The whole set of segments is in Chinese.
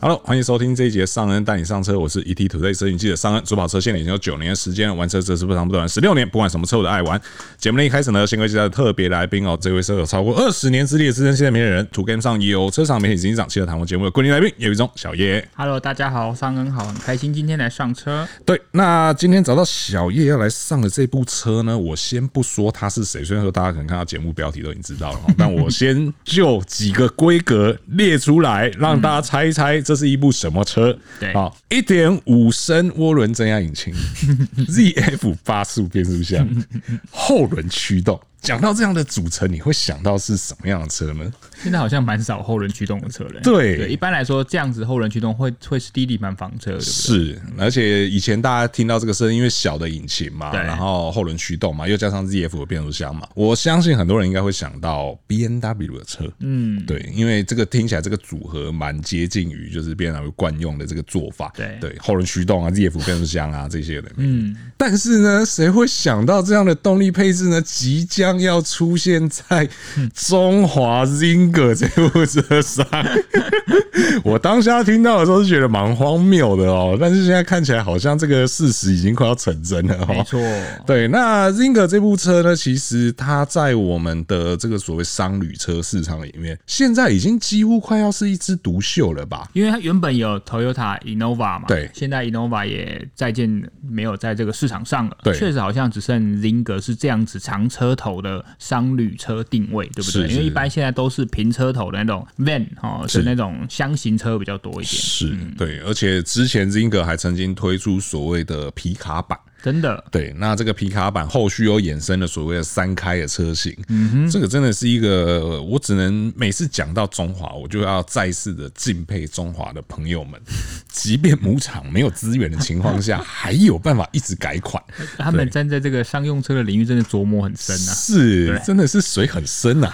Hello，欢迎收听这一节上恩带你上车，我是 ET Today 摄影记者上恩，主跑车线已经有九年的时间了，玩车则是不长不短十六年，不管什么车我都爱玩。节目的一开始呢，先跟大家特别来宾哦，这位车有超过二十年资历的资深汽车媒体人，土 Game 上也有车厂媒体执行长，汽车谈话节目的固定来宾，有一种小叶。 Hello，大家好，上恩好，很开心今天来上车。对，那今天找到小叶要来上的这部车呢，我先不说它是谁，虽然说大家可能看到节目标题都已经知道了哦， 但我先就几个规格列出来，让大家猜一猜这是一部什么车。对好，一点五升涡轮增压引擎，ZF 八速变速箱，后轮驱动。讲到这样的组成，你会想到是什么样的车呢？现在好像蛮少后轮驱动的车了。对一般来说这样子后轮驱动会会是低底盘房车，对不对？是，而且以前大家听到这个声音，因为小的引擎嘛，对然后后轮驱动嘛，又加上 ZF 的变速箱嘛，我相信很多人应该会想到 B N W 的车，嗯，对，因为这个听起来这个组合蛮接近于就是 B N W 惯用的这个做法，对对，后轮驱动啊，ZF 变速箱啊这些的，嗯，但是呢，谁会想到这样的动力配置呢？即将要出现在中华 Zinger 这部车上。我当下听到的时候是觉得蛮荒谬的哦，但是现在看起来好像这个事实已经快要成真了没哦。错，对，那 Zinger 这部车呢，其实它在我们的这个所谓商旅车市场里面，现在已经几乎快要是一枝独秀了吧？因为它原本有 Toyota Innova 嘛，对现在 Innova 也再见没有在这个市场上了，对确实好像只剩 Zinger 是这样子长车头的商旅车定位，对不是对？是因为一般现在都是平车头的那种 van 哦，是是那种箱型车比较多一点，是对，而且之前 Zinger 还曾经推出所谓的皮卡版。真的。对，那这个皮卡版后续又衍生了所谓的三开的车型，嗯哼，这个真的是一个，呃我只能每次讲到中华，我就要再次的敬佩中华的朋友们，即便母厂没有资源的情况下，还有办法一直改款，他们站在这个商用车的领域，真的琢磨很深啊。是，真的是水很深 呐、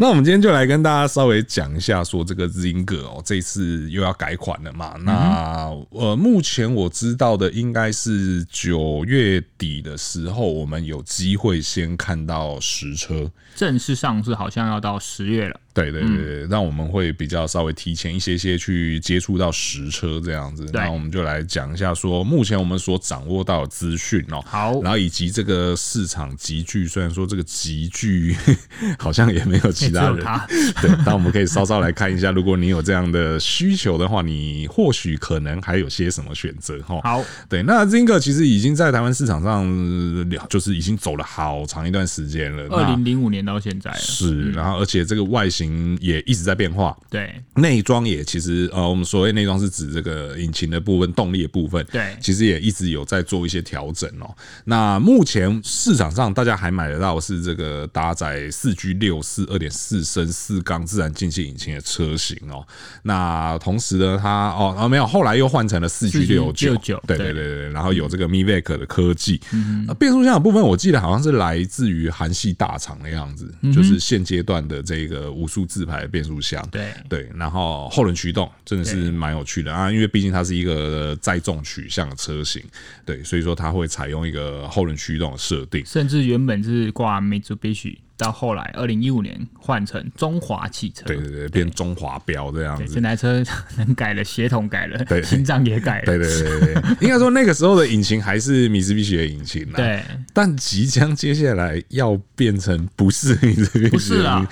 那我们今天就来跟大家稍微讲一下，说这个 Zinger 哦，这次又要改款了嗯嘛？那、呃，目前我知道的应该是九月底的时候，我们有机会先看到实车。正式上市好像要到十月了。对对对对，那、我们会比较稍微提前一些些去接触到实车这样子，对那我们就来讲一下说目前我们所掌握到的资讯哦，好哎然后以及这个市场集聚，虽然说这个集聚 好像也没有其他哎也只有人，它 对，但我们可以稍稍来看一下，如果你有这样的需求的话，你或许可能还有些什么选择哈。好，对，那 Zinger 其实已经在台湾市场上，呃就是已经走了好长一段时间了，二那零零五年到现在了。是，然后而且这个外形也一直在变化，对，内装也其实呃，我们所谓内装是指这个引擎的部分、动力的部分，对其实也一直有在做一些调整哦。那目前市场上大家还买得到是这个搭载四 G 六四二点四升四缸自然进气引擎的车型哦。那同时呢，它哦啊没有，后来又换成了四 G 六 4G 九， 69对对对对，然后有这个 MiVec 的科技，呃变速箱的部分我记得好像是来自于韩系大厂的样子，就是现阶段的这个无数自排的变速箱，对对，然后后轮驱动真的是蛮有趣的啊，因为毕竟它是一个载重取向的车型，对，所以说它会采用一个后轮驱动的设定。甚至原本是挂 Mitsubishi，到后来二零一五年换成中华汽车。对对对，变中华标这样对子这。台车能改了，血统改了，对心脏也改了。对对对对， 对应该说那个时候的引擎还是米兹必须的引擎啦。，对 但即将接下来要变成不是米兹必须，不是啦。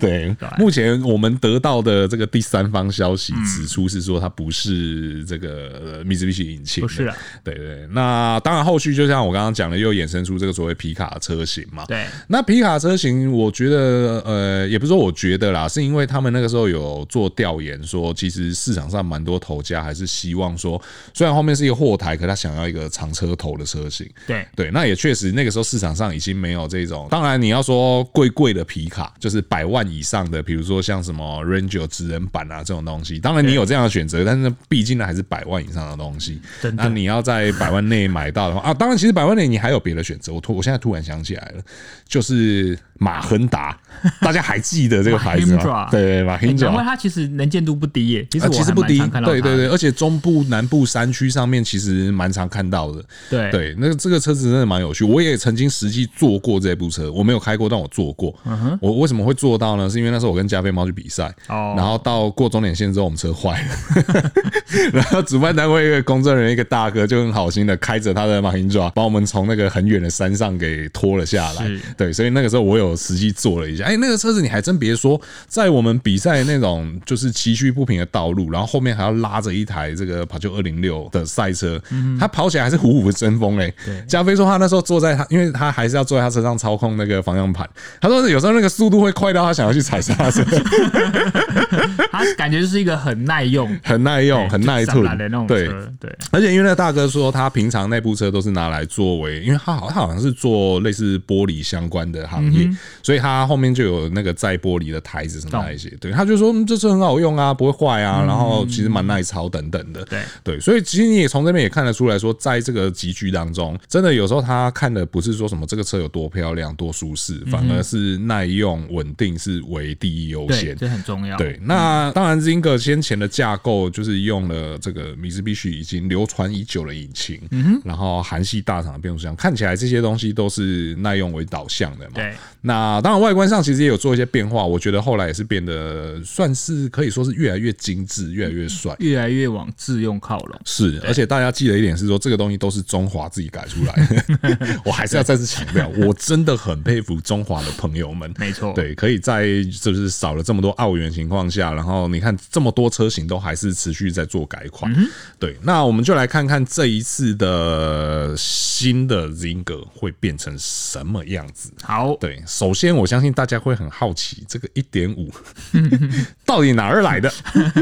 对，目前我们得到的这个第三方消息嗯指出是说它不是这个呃 Mitsubishi 引擎的，不是啊对对。那当然，后续就像我刚刚讲的，又衍生出这个所谓皮卡车型嘛。对那皮卡车型，我觉得呃，也不是说我觉得啦，是因为他们那个时候有做调研说，其实市场上蛮多头家还是希望说，虽然后面是一个货台，可他想要一个长车头的车型。对对，那也确实，那个时候市场上已经没有这种。当然，你要说贵贵的皮卡，就是百万以上的，比如说像什么 Ranger 职人版啊这种东西。当然，你有这样的选择，但是毕竟呢还是百万以上的东西。真的那你要在百万内买到的话啊，当然，其实百万内你还有别的选择。我突我现在突然想起来了，就是马亨达，大家还记得这个牌子吗 Mahindra？对对，马亨哎难怪达。它其实能见度不低耶、其实啊，我其实还不蛮低常看，到对它对对，而且中部南部山区上面其实蛮常看到的。对对，那个这个车子真的蛮有趣，我也曾经实际坐过这部车，我没有开过，但我坐过。我为什么会坐到呢？是因为那时候我跟加菲猫去比赛，哦然后到过终点线之后，我们车坏了，然后主办单位一个公证人一个大哥就很好心的开着他的马林爪，把我们从那个很远的山上给拖了下来是。对，所以那个时候我有实际坐了一下。哎，那个车子你还真别说，在我们比赛那种就是崎岖不平的道路，然后后面还要拉着一台这个跑就二零六的赛车，嗯他跑起来还是虎虎生风嘞、加菲说他那时候坐在他，因为他还是要坐在他车上操控那个方向盘，他说有时候那个速度会快到他想要去踩刹车， 它感觉就是一个很耐用、很耐用，对哦很耐就上吞来的那种对。车。对，而且因为那大哥说，他平常那部车都是拿来作为，因为他好他好像是做类似玻璃相关的行业，所以他后面就有那个载玻璃的台子什么那一些。对，他就说、嗯、这车很好用啊，不会坏啊，然后其实蛮耐操等等的。对对，所以其实你也从这边也看得出来说，在这个集聚当中，真的有时候他看的不是说什么这个车有多漂亮、多舒适，反而是耐用、稳定是为第一优对，先。这很重要。对，那当然，Zinger 先前的架构就是用了这个米兹必须已经流传已久的引擎，然后韩系大厂的变速箱，看起来这些东西都是耐用为导向的嘛。对，那当然，外观上其实也有做一些变化，我觉得后来也是变得算是可以说是越来越精致，越来越帅。越来越往自用靠拢。是，而且大家记得一点是说，这个东西都是中华自己改出来的。我还是要再次强调，我真的很佩服中华的朋友们。没错，对，可以在就是少了这么多澳元情况下，然后你看这么多车型都还是持续在做改款。对，那我们就来看看这一次的新的 Zinger 会变成什么样子。好，对，首先我相信大家会很好奇，这个一点五到底哪儿来的？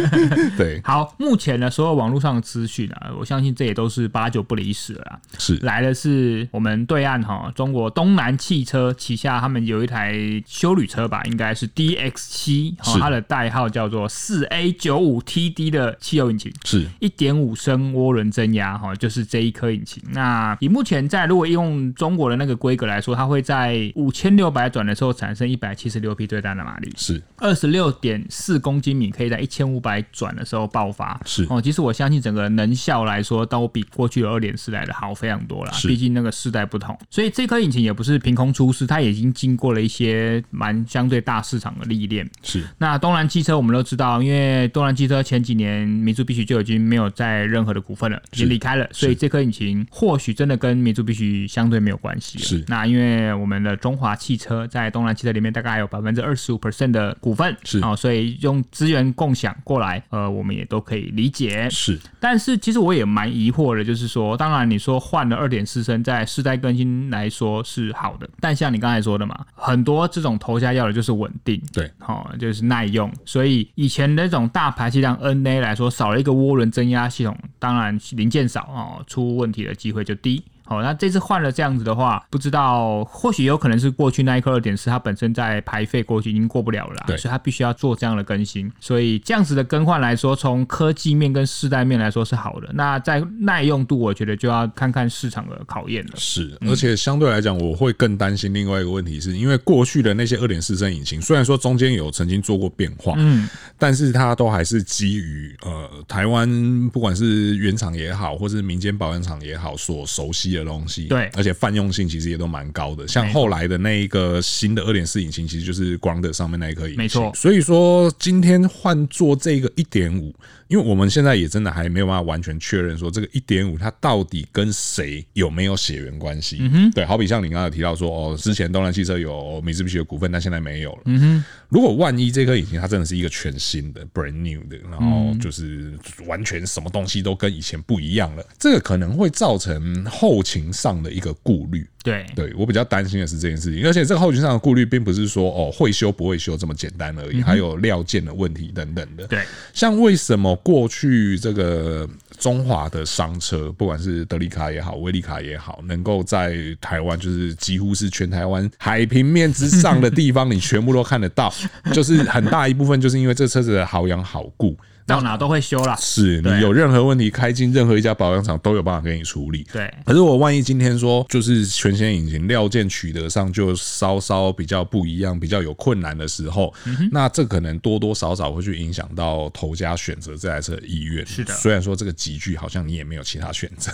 对，好，目前呢，所有网络上的资讯啊，我相信这也都是八九不离十了啦。啊是来的是我们对岸哈，中国东南汽车旗下，他们有一台修旅车吧，应该是 DX 七，是它的代号叫做四 A 九五 TD 的汽油引擎。是一点五升涡轮增压哈，就是这一颗引擎。那以目前在如果用中国的那个规格来说，它会在五千六百转的时候产生一百七十六匹最大的马力，是二十六点四公斤米可以在一千五百转的时候爆发。是哦，其实我相信整个能效来说，都比过去的二点四来的好非常多啦。是毕竟那个世代不同，所以这颗引擎也不是凭空出世，它已经经过了一些蛮相对大市场的历练。是那东南汽车我们都知道，因为东南汽车前几年民族必须就已经没有在任何的股份了，已经离开了，所以这颗引擎或许真的跟民族必须相对没有关系了。是那因为我们的中华汽车在东南汽车里面大概有百分之二十五 percent 的股份，是哦，所以用资源共享过来，呃，我们也都可以理解。是但是其实我也蛮疑惑的，就是说，当然你说换了二点四升，在世代更新来说是好的，但像你刚才说的嘛，很多这种头家要的就是稳定，对，好、哦就是耐用。所以以前那种大排气量 NA 来说，少了一个涡轮增压系统，当然零件少哦，出问题的机会就低。好、那这次换了这样子的话，不知道或许有可能是过去那一颗二点四，它本身在排废过去已经过不了了啦对所以它必须要做这样的更新。所以这样子的更换来说，从科技面跟世代面来说是好的。那在耐用度，我觉得就要看看市场的嗯考验了。是，而且相对来讲，我会更担心另外一个问题是，因为过去的那些二点四升引擎，虽然说中间有曾经做过变化，嗯，但是它都还是基于呃台湾不管是原厂也好，或是民间保养厂也好，所熟悉的东西，对而且泛用性其实也都蛮高的。像后来的那一个新的二点四引擎，其实就是 Ground 上面那一颗引擎，没错所以说今天换做这个一点五，因为我们现在也真的还没有办法完全确认说这个一点五它到底跟谁有没有血缘关系。嗯哼，对，好比像你刚刚有提到说，哦，之前东南汽车有哦米兹必须的股份，但现在没有了。嗯哼，如果万一这颗引擎它真的是一个全新的 brand new 的，然后就是完全什么东西都跟以前不一样了，这个可能会造成后勤上的一个顾虑。对，对我比较担心的是这件事情，而且这个后勤上的顾虑，并不是说哦会修不会修这么简单而已，还有料件的问题等等的。嗯对，像为什么过去这个中华的商车，不管是德利卡也好，威利卡也好，能够在台湾就是几乎是全台湾海平面之 上的地方，你全部都看得到，就是很大一部分就是因为这车子的好养好顾。到哪都会修啦。是对你有任何问题，开进任何一家保养厂都有办法给你处理。对，可是我万一今天说就是全线引擎料件取得上就稍稍比较不一样，比较有困难的时候，嗯那这可能多多少少会去影响到头家选择这台车的意愿。是的虽然说这个集聚好像你也没有其他选 择，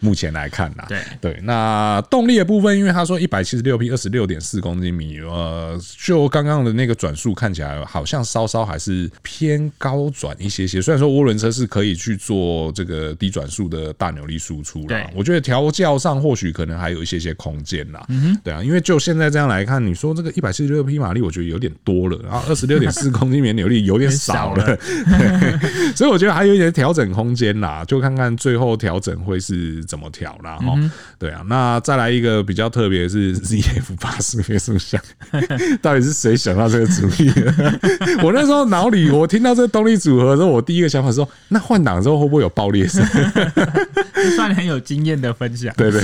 目前来看啦。对对，那动力的部分，因为他说一百七十六匹，二十六点四公斤米，呃，就刚刚的那个转速看起来好像稍稍还是偏高转一些些。虽然说涡轮车是可以去做这个低转速的大扭力输出啦对，我觉得调教上或许可能还有一些些空间啦。嗯、对啊，因为就现在这样来看，你说这个一百七十六匹马力，我觉得有点多了，然后二十六点四公斤米的扭力有点少了有点，对 所以我觉得还有一点调整空间啦，就看看最后调整会是怎么调啦。哈、对啊，那再来一个比较特别的是 ZF 八速变速箱，到底是谁想到这个主意 的？我那时候脑里我听到这动力组合的时候，我第一个想法是说，那换挡之后会不会有爆裂声？这算很有经验的分享。对对，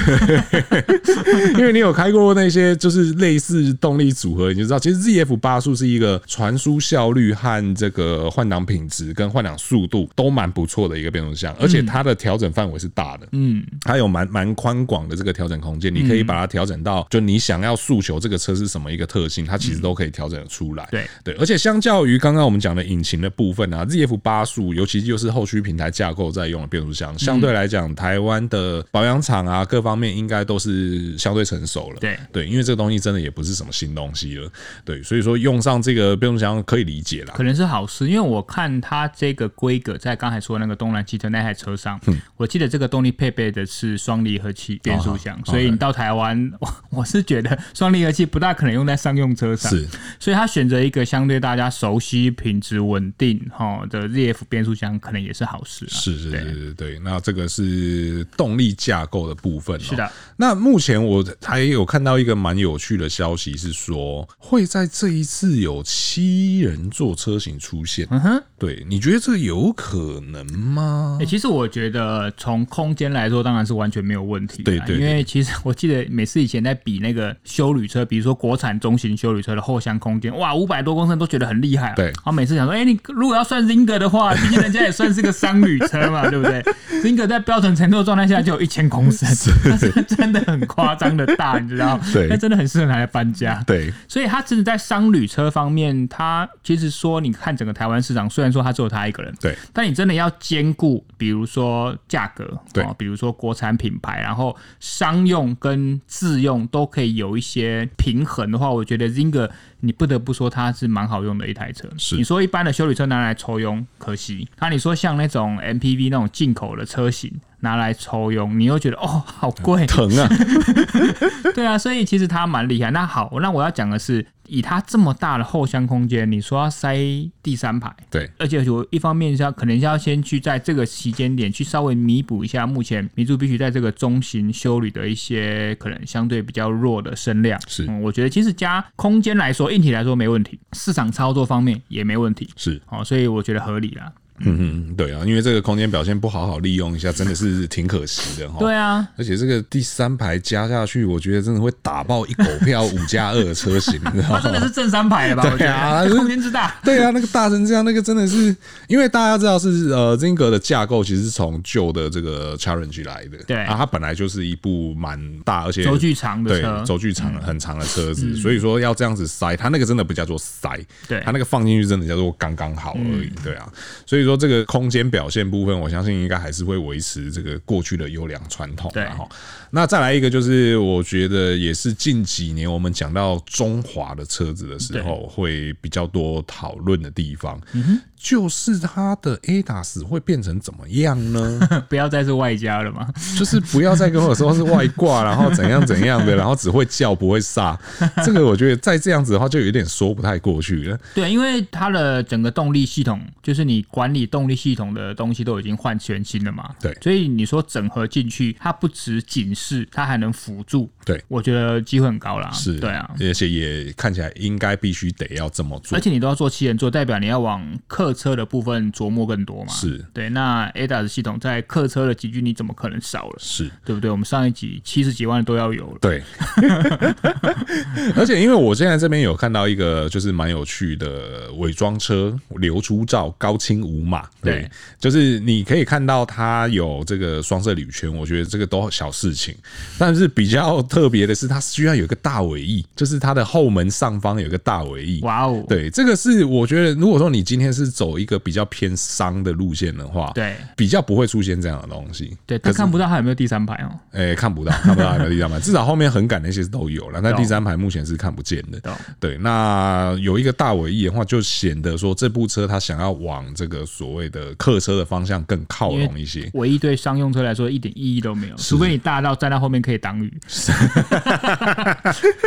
因为你有开过那些就是类似动力组合，你就知道，其实 ZF 八速是一个传输效率和这个换挡品质跟换挡速度都蛮不错的一个变速箱，而且它的调整范围是大的，嗯，它有蛮蛮宽广的这个调整空嗯间，你可以把它调整到就你想要诉求这个车是什么一个特性，它其实都可以调整得出来。对对，而且相较于刚刚我们讲的引擎的部分啊，ZF 八速，尤其就是后驱平台架构在用的变速箱，嗯相对来讲，台湾的保养厂啊，各方面应该都是相对成熟了。对对，因为这个东西真的也不是什么新东西了。对，所以说用上这个变速箱可以理解啦可。能是好事，因为我看它这个规格在刚才说那个东南汽车那台车上，嗯我记得这个动力配备的是双离合器变速箱，哦好所以你到台湾， 我我是觉得双离合器不大可能用在商用车上，是，所以它选择一个相对大家熟悉、品质稳定哈的 ZF 变速箱，可能也是好事啊。是是对是是，对，那这个是动力架构的部分、哦。是的，那目前我还有看到一个蛮有趣的消息，是说会在这一次有七人座车型出现。嗯哼，对，你觉得这个有可能吗欸，？其实我觉得从空间来说，当然是完全没有问题的。对对因为其实我记得每次以前在比那个修旅车，比如说国产中型修旅车的后箱空间，哇，五百多公升都觉得很厉害、啊。对然后每次想说，哎、你如果要算 Zinger 的话，毕竟人家也算是个商旅车嘛，对不对？Zinger 在标准程度的状态下就有一千 公升，那是真的很夸张的大，你知道？对那真的很适合拿来搬家。对，所以它其实，在商旅车方面，它其实说，你看整个台湾市场，虽然说它只有它一个人，对，但你真的要兼顾，比如说价格，对哦比如说国产品牌，然后商用跟自用都可以有一些平衡的话，我觉得 Zinger 你不得不说它是蛮好用的一台车。是你说一般的修理车拿来抽佣，可惜；那你说像那种 MPV 那种进口的车型。拿来抽佣，你又觉得哦好贵，疼啊！ 对啊，所以其实他蛮厉害。那好，那我要讲的是，以他这么大的后箱空间，你说要塞第三排，对，而且我一方面是要可能是要先去在这个时间点去稍微弥补一下目前民族必须在这个中型修旅的一些可能相对比较弱的声量。是嗯，我觉得其实加空间来说，硬体来说没问题，市场操作方面也没问题。是，哦，所以我觉得合理啦。嗯嗯，对啊，因为这个空间表现不好好利用一下，真的是挺可惜的哈。对啊，而且这个第三排加下去，我觉得真的会打爆一狗票五加二的车型，你知 道它真的吗？是正三排了吧？我觉哦对得、啊空间之大。 对啊，那个大成这样，那个真的是，因为大家知道是呃，Zinger 的架构其实是从旧的这个 Challenge 来的，对啊，它本来就是一部蛮大而且轴距长的对车，嗯轴距长很长的车子，所以说要这样子塞，它那个真的不叫做塞，对嗯它那个放进去真的叫做刚刚好而已，对啊，所以说这个空间表现部分，我相信应该还是会维持这个过去的优良传统对然后那再来一个就是，我觉得也是近几年我们讲到中华的车子的时候，会比较多讨论的地方，嗯就是它的 ADAS 会变成怎么样呢？ 不要再是外加了嘛。就是不要再跟我说是外挂，然后怎样怎样的，然后只会叫不会煞，这个我觉得再这样子的话，就有点说不太过去了。对，因为它的整个动力系统，就是你管理动力系统的东西都已经换全新了嘛。对所以你说整合进去，它不只仅是它还能辅助，对，我觉得机会很高啦。是，对啊。而且也看起来应该必须得要这么做而。且你都要做七人座，代表你要往客车的部分琢磨更多嘛。是对。那 ADAS 系统在客车的集聚，你怎么可能少了？是，对不对？我们上一集七十几万都要有了。对， 而且因为我现在这边有看到一个就是蛮有趣的伪装车流出照高清无码，对对，就是你可以看到它有这个双色铝圈，我觉得这个都小事情，但是比较特别的是它需要有一个大尾翼，就是它的后门上方有一个大尾翼，哇哦，对，这个是我觉得，如果说你今天是走一个比较偏商的路线的话，对比较不会出现这样的东西。对，他看不到他有没有第三排哦。诶、看不到， 看不到有没有第三排，至少后面横杆那些都有了，但懂第三排目前是看不见的懂。对，那有一个大尾翼的话，就显得说这部车它想要往这个所谓的客车的方向更靠拢一些。唯一对商用车来说一点意义都没有，除非你大到站在后面可以挡 雨。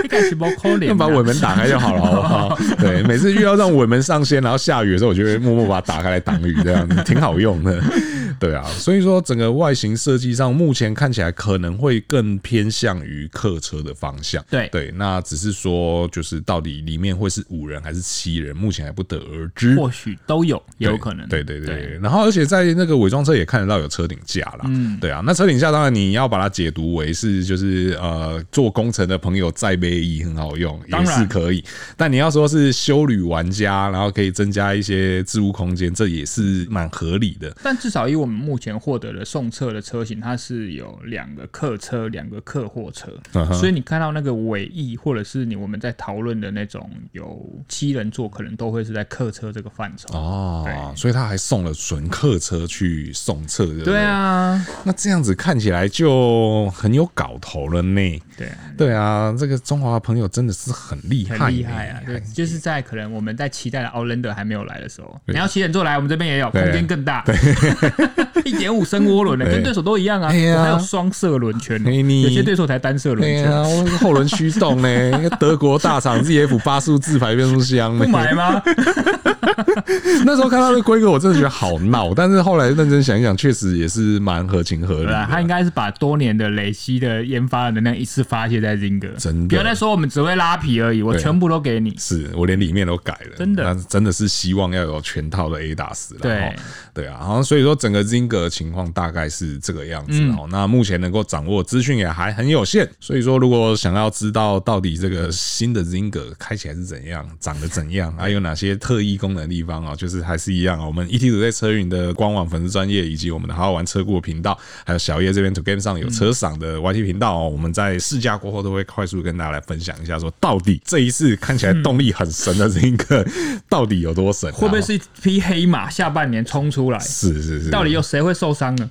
你敢是不可怜那啊把尾门打开就好了，好不好？对，每次遇到这种尾门上掀，然后下雨的时候，我就会默默把它打开来挡雨，这样挺好用的。对啊，所以说整个外形设计上，目前看起来可能会更偏向于客车的方向。对对，那只是说，就是到底里面会是五人还是七人，目前还不得而知。或许都有，也有可能。对对对对，然后而且在那个伪装车也看得到有车顶架啦，嗯，对啊，那车顶架当然你要把它解读为是就是呃做工程的朋友载杯椅很好用，当也然是可以，但你要说是修旅玩家，然后可以增加一些置物空间，这也是蛮合理的，但至少以我们目前获得的送测的车型，它是有两个客车、两个客货车，嗯哼所以你看到那个尾翼，或者是你我们在讨论的那种有七人座，可能都会是在客车这个范畴。哦，对所以他还送了纯客车去送测，对不对，啊，那这样子看起来就很有搞头了呢。对啊，对啊，这个中华的朋友真的是很厉害呢，很厉害啊！对，就是在可能我们在期待的 Outlander 还没有来的时候，你要七人座来，我们这边也有，空对间更大， 一点五升涡轮的，对跟对手都一样啊，哎呀我还有双色轮圈哦，哎你有些对手才单色轮对圈，呀、啊，我后轮驱动呢， 那个德国大厂 ZF 八速自排变速箱不呢。买吗？那时候看到这规格，我真的觉得好闹，但是后来认真想一想，确实也是蛮合情合理对啊，他应的。该是把多年的累积的研发的能量一次发泄在 Zinger。真的不要再说我们只会拉皮而已，我对全部都给你。是我连里面都改了，真的那真的是希望要有全套的 A 打死了。对齁对啊，然后所以说整个 Zinger 情况大概是这个样子嗯哦。那目前能够掌握资讯也还很有限，所以说如果想要知道到底这个新的 Zinger 开起来是怎样，长得怎样，还有哪些特异功能的地方哦，就是还是一样哦。我们 ET 组在车云的官网粉丝专业，以及我们的好好玩车库频道，还有小叶这边 To Game 上有车赏嗯的 YT 频道哦，我们在试驾过后都会快速跟大家来分享一下，说到底这一次看起来动力很神的 Zinger 到底有多神啊、会不会是一匹黑马下半年冲出来？是是是，到底有谁会受伤呢？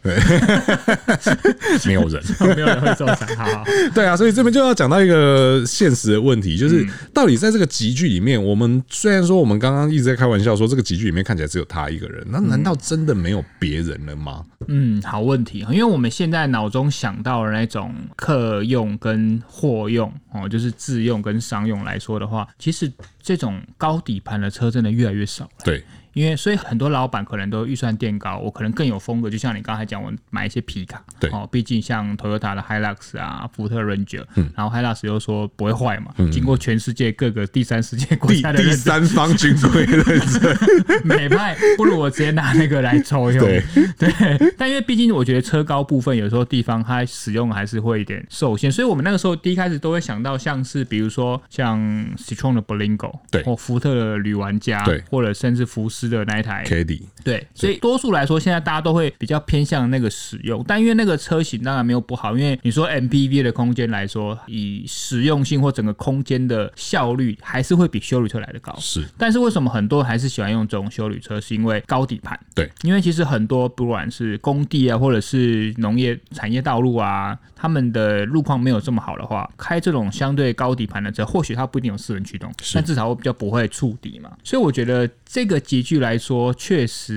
没有人。 没有人会受伤。好好，对啊，所以这边就要讲到一个现实的问题，就是到底在这个集聚里面，我们虽然说我们刚刚一直在开玩笑说这个集聚里面看起来只有他一个人，那难道真的没有别人了吗？嗯，好问题，因为我们现在脑中想到的那种客用跟货用哦，就是自用跟商用来说的话，其实这种高底盘的车真的越来越少了。对，因为所以很多老板可能都预算垫高，我可能更有风格，就像你刚才讲，我买一些皮卡，对哦，毕竟像 Toyota 的 Hilux 啊，福特 Ranger，、然后 Hilux 又说不会坏嘛，经过全世界各个第三世界国第家的第认三证，方军规认证，美派，不如我直接拿那个来抽用，对 对，但因为毕竟我觉得车高部分有时候地方它使用还是会有点受限，所以我们那个时候第一开始都会想到像是比如说像 Citroen 的 Blingo，对或福特的旅玩家，对或者甚至福斯的那一台 k d 对，所以多数来说，现在大家都会比较偏向那个使用，但因为那个车型当然没有不好，因为你说 MPV 的空间来说，以实用性或整个空间的效率，还是会比修理车来的高。是但是为什么很多人还是喜欢用这种修理车？是因为高底盘。对，因为其实很多不管是工地啊，或者是农业产业道路啊，他们的路况没有这么好的话，开这种相对高底盘的车，或许它不一定有四轮驱动，但至少会比较不会触底嘛。所以我觉得这个集聚来说，确实，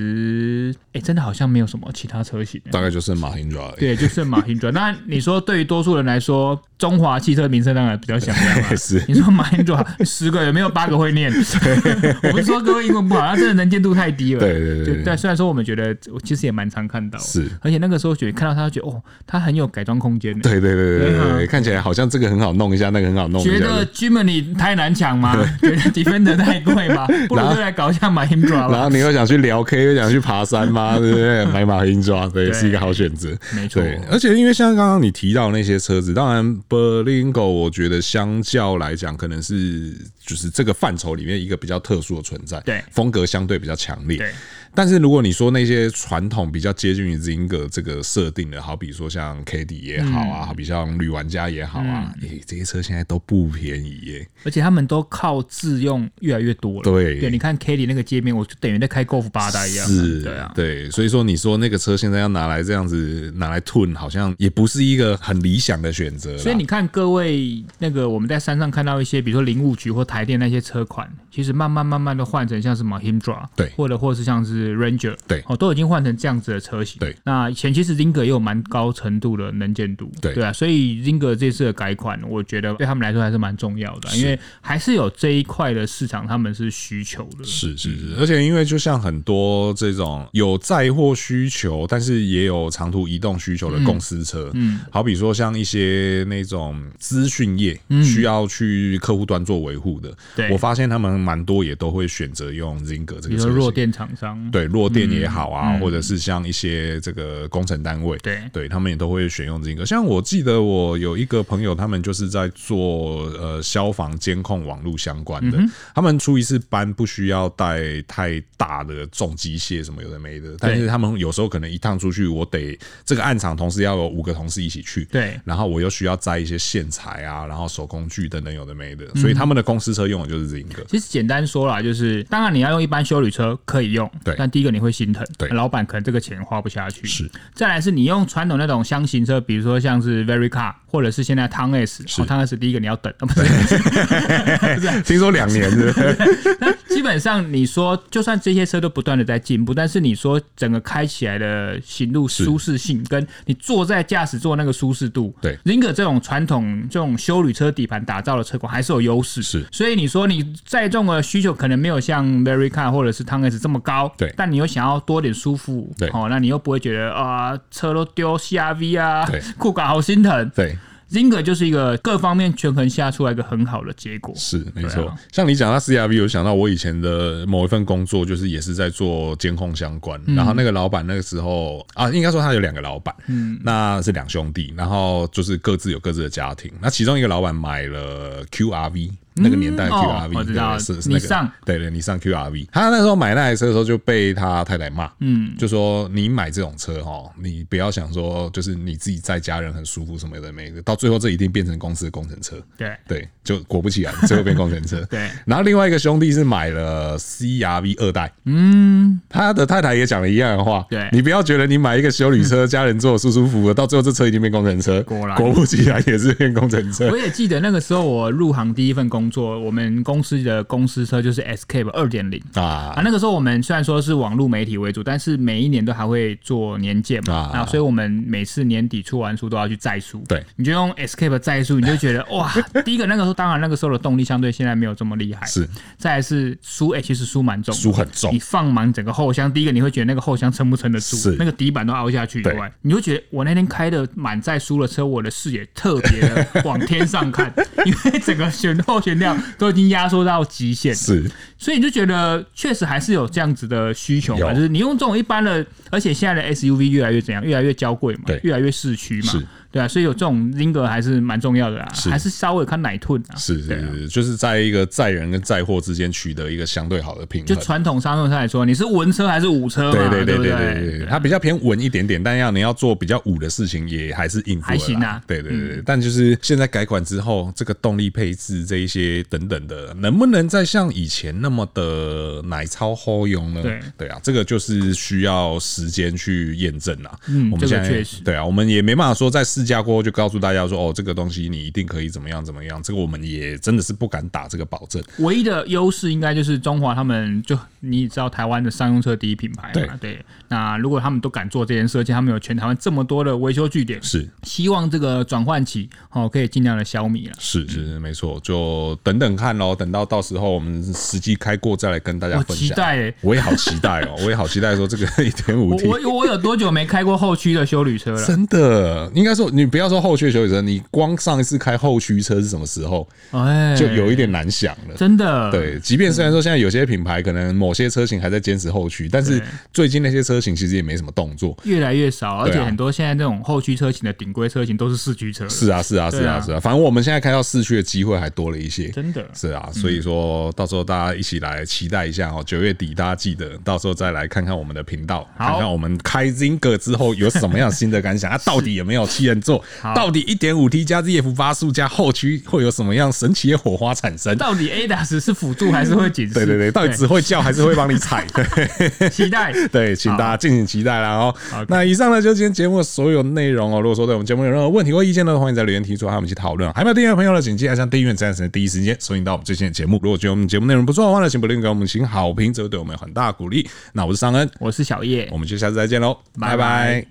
哎、真的好像没有什么其他车型欸、大概就是马丁抓而已。。对，就是马丁转。那你说，对于多数人来说，中华汽车名声当然比较响亮嘛是你说马英九啊 十个有没有八个会念？ 我不是说各位英文不好，他真的能见度太低了。对对对就对但虽然说我们觉得，我其实也蛮常看到。是，而且那个时候觉得看到他，觉得哦，他很有改装空间。，对对对对对对对，看起来好像这个很好弄一下，那个很好弄一觉下得。Germany 太难抢吗？觉得 Defender 太 贵吗？不如就来搞一下马英九然吧。后你又想去聊 K，又想去爬山吗？对不对？买马云抓，对，对是一个好选择。没错，对，而且因为像刚刚你提到那些车子，当然 Berlingo 我觉得相较来讲，可能是就是这个范畴里面一个比较特殊的存在，对风格相对比较强烈。对，但是如果你说那些传统比较接近于 Zinger 这个设定的，好比说像 K D 也好嗯啊，好比像女玩家也好啊，诶、这些车现在都不便宜耶、而且他们都靠自用越来越多了。对对，你看 k e l l y 那个界面，我就等于在开 Golf 八代一样。是，对啊。对，所以说你说那个车现在要拿来这样子拿来吞，好像也不是一个很理想的选择啦。所以你看，各位那个我们在山上看到一些，比如说零五局或台电那些车款，其实慢慢慢慢的换成像什么 Himdra，对或者或是像是 Ranger，对哦，都已经换成这样子的车型。对，那以前其实 Zinger 也有蛮高程度的能见度，对啊，所以 Zinger 这次的改款，我觉得对他们来说还是蛮重要的，因为还是有这一块的市场他们是需求的。是是是，而且因为就像很多这种有载货需求，但是也有长途移动需求的公司车，嗯，好比说像一些那种资讯业需要去客户端做维护的，嗯对我发现他们蛮多也都会选择用 Zinger 这个比如说车弱型。电厂商，对弱电也好啊，或者是像一些这个工程单位，对对他们也都会选用这个。像我记得我有一个朋友，他们就是在做呃消防监控网络相关的，他们出一次班不需要带太大的重机械什么有的没的，但是他们有时候可能一趟出去，我得这个暗场同时要有五个同事一起去，对然后我又需要摘一些线材啊，然后手工具等等有的没的，所以他们的公司车用的就是 Zinger。其实简单说啦，就是当然你要用一般修旅车可以用，对但第一个你会心疼，对老板可能这个钱花不下去。是，再来是你用传统那种箱型车，比如说像是 Verica 或者是现在 t o n S，是哦 t o n S 第一个你要等，啊不是，哎 听说两年的， 基本上你说就算这些车都不断的在进步，但是你说整个开起来的行路舒适性跟你坐在驾驶座那个舒适度，对，Ringer 这种传统这种修旅车底盘打造的车款还是有优 势，是所以你说你载重的需求可能没有像 Verica 或者是 t o n S 这么高，对但你又想要多点舒服，对哦，那你又不会觉得啊、车都丢 CRV 啊 对，酷感好心疼，对。 Zinger 就是一个各方面权衡下出来一个很好的结果。是没啊错，像你讲到 CRV，我想到我以前的某一份工作，就是也是在做监控相关。嗯然后那个老板那个时候啊，应该说他有两个老板，嗯，那是两兄弟，然后就是各自有各自的家庭。那其中一个老板买了 QRV。那个年代的哦 QRV，、我知道对是是那你个上，对对，你上 QRV，他那时候买那台车的时候就被他太太骂，嗯，就说你买这种车哦，你不要想说就是你自己在家人很舒服什么的没的，到最后这一定变成公司的工程车，对，对，就果不其然，最后变工程车。 对，然后另外一个兄弟是买了 CRV 二代，嗯，他的太太也讲了一样的话，对你不要觉得你买一个修理车，家人坐得舒舒服服的，到最后这车已经变工程车， 果然果不其然也是变工程车 我，也记得那个时候我入行第一份工作，我们公司的公司车就是 Escape 二点零。啊，啊，那个时候我们虽然说是网络媒体为主，但是每一年都还会做年鉴嘛啊，那所以我们每次年底出完书都要去载书，对，你就用 Escape 载书，你就觉得 哇，第一个那个时候当然那个时候的动力相对现在没有这么厉害，是，再来是书，哎、其实书蛮重的，书很重你放满整个后箱，第一个你会觉得那个后箱撑不撑得住是，那个底板都凹下去以对外，你会觉得我那天开的满载书的车，我的视野特别的往天 上看，因为整个悬后悬吊都已经压缩到极限，是所以你就觉得确实还是有这样子的需求嘛，有就是你用这种一般的，而且现在的 SUV 越来越怎样，越来越娇贵嘛对，越来越市区嘛是，对啊，所以有这种 Zinger 还是蛮重要的啦，啊是还是稍微看奶吞啊，是是对啊是，就是在一个载人跟载货之间取得一个相对好的平就衡。传统商用上来说，你是文车还是武车嘛？嗯对对对不对对，它比较偏稳一点点，但要你要做比较武的事情，也还是应付还行啊啊。对对对，对但就是现在改款之后，这个动力配置这一些等等的，能不能再像以前那么的奶超后用呢？对对啊，这个就是需要时间去验证啦。嗯我们现这在个啊确实对啊，我们也没办法说在市驾过后就告诉大家说，哦，这个东西你一定可以怎么样怎么样，这个我们也真的是不敢打这个保证。唯一的优势应该就是中华他们就你也知道台湾的商用车第一品牌嘛，对那如果他们都敢做这件事，而且他们有全台湾这么多的维修据点，是希望这个转换期哦可以尽量的消弭了。是是，没错，就等等看咯，等到到时候我们时机开过再来跟大家我分期享。待、欸，我也好期待 哦，我也好期待说这个一点五我 T 我我有多久没开过后驱的修旅车了？真的，应该说你不要说后驱修理车，你光上一次开后驱车是什么时候，哎，就有一点难想了。真的，对，即便虽然说现在有些品牌可能某些车型还在坚持后驱，但是对最近那些车型其实也没什么动作。越来越少，而对啊且很多现在这种后驱车型的顶规车型都是四驱车了，是啊，是啊，是对啊，啊是啊，反正我们现在开到市区的机会还多了一些。真的。嗯是啊，所以说到时候大家一起来期待一下哦，九月底大家记得到时候再来看看我们的频道，好看看我们开 Zinger 之后有什么样新的感 想，它、啊到底有没有七人座，到底一点五 T 加 ZF 八速加后驱会有什么样神奇的火花产生？到底 ADAS 是辅助还是会警示？对对对，到底只会叫还是会帮你 踩？ 对对期待。 对，请大家敬请期待啦哦好。那以上呢就是今天节目的所有内容哦。如果说对我们节目有任何问题或意见呢，欢迎在留言提出，和我们一起讨论。还没有订阅的朋友呢，请记得按下订阅这样才能第一时间收听到我们最新的节目。如果觉得我们节目内容不错的话呢，请不吝给我们请好评，这会对我们有很大的鼓励。那我是尚恩，我是小叶我，们就下次再见喽，拜拜拜拜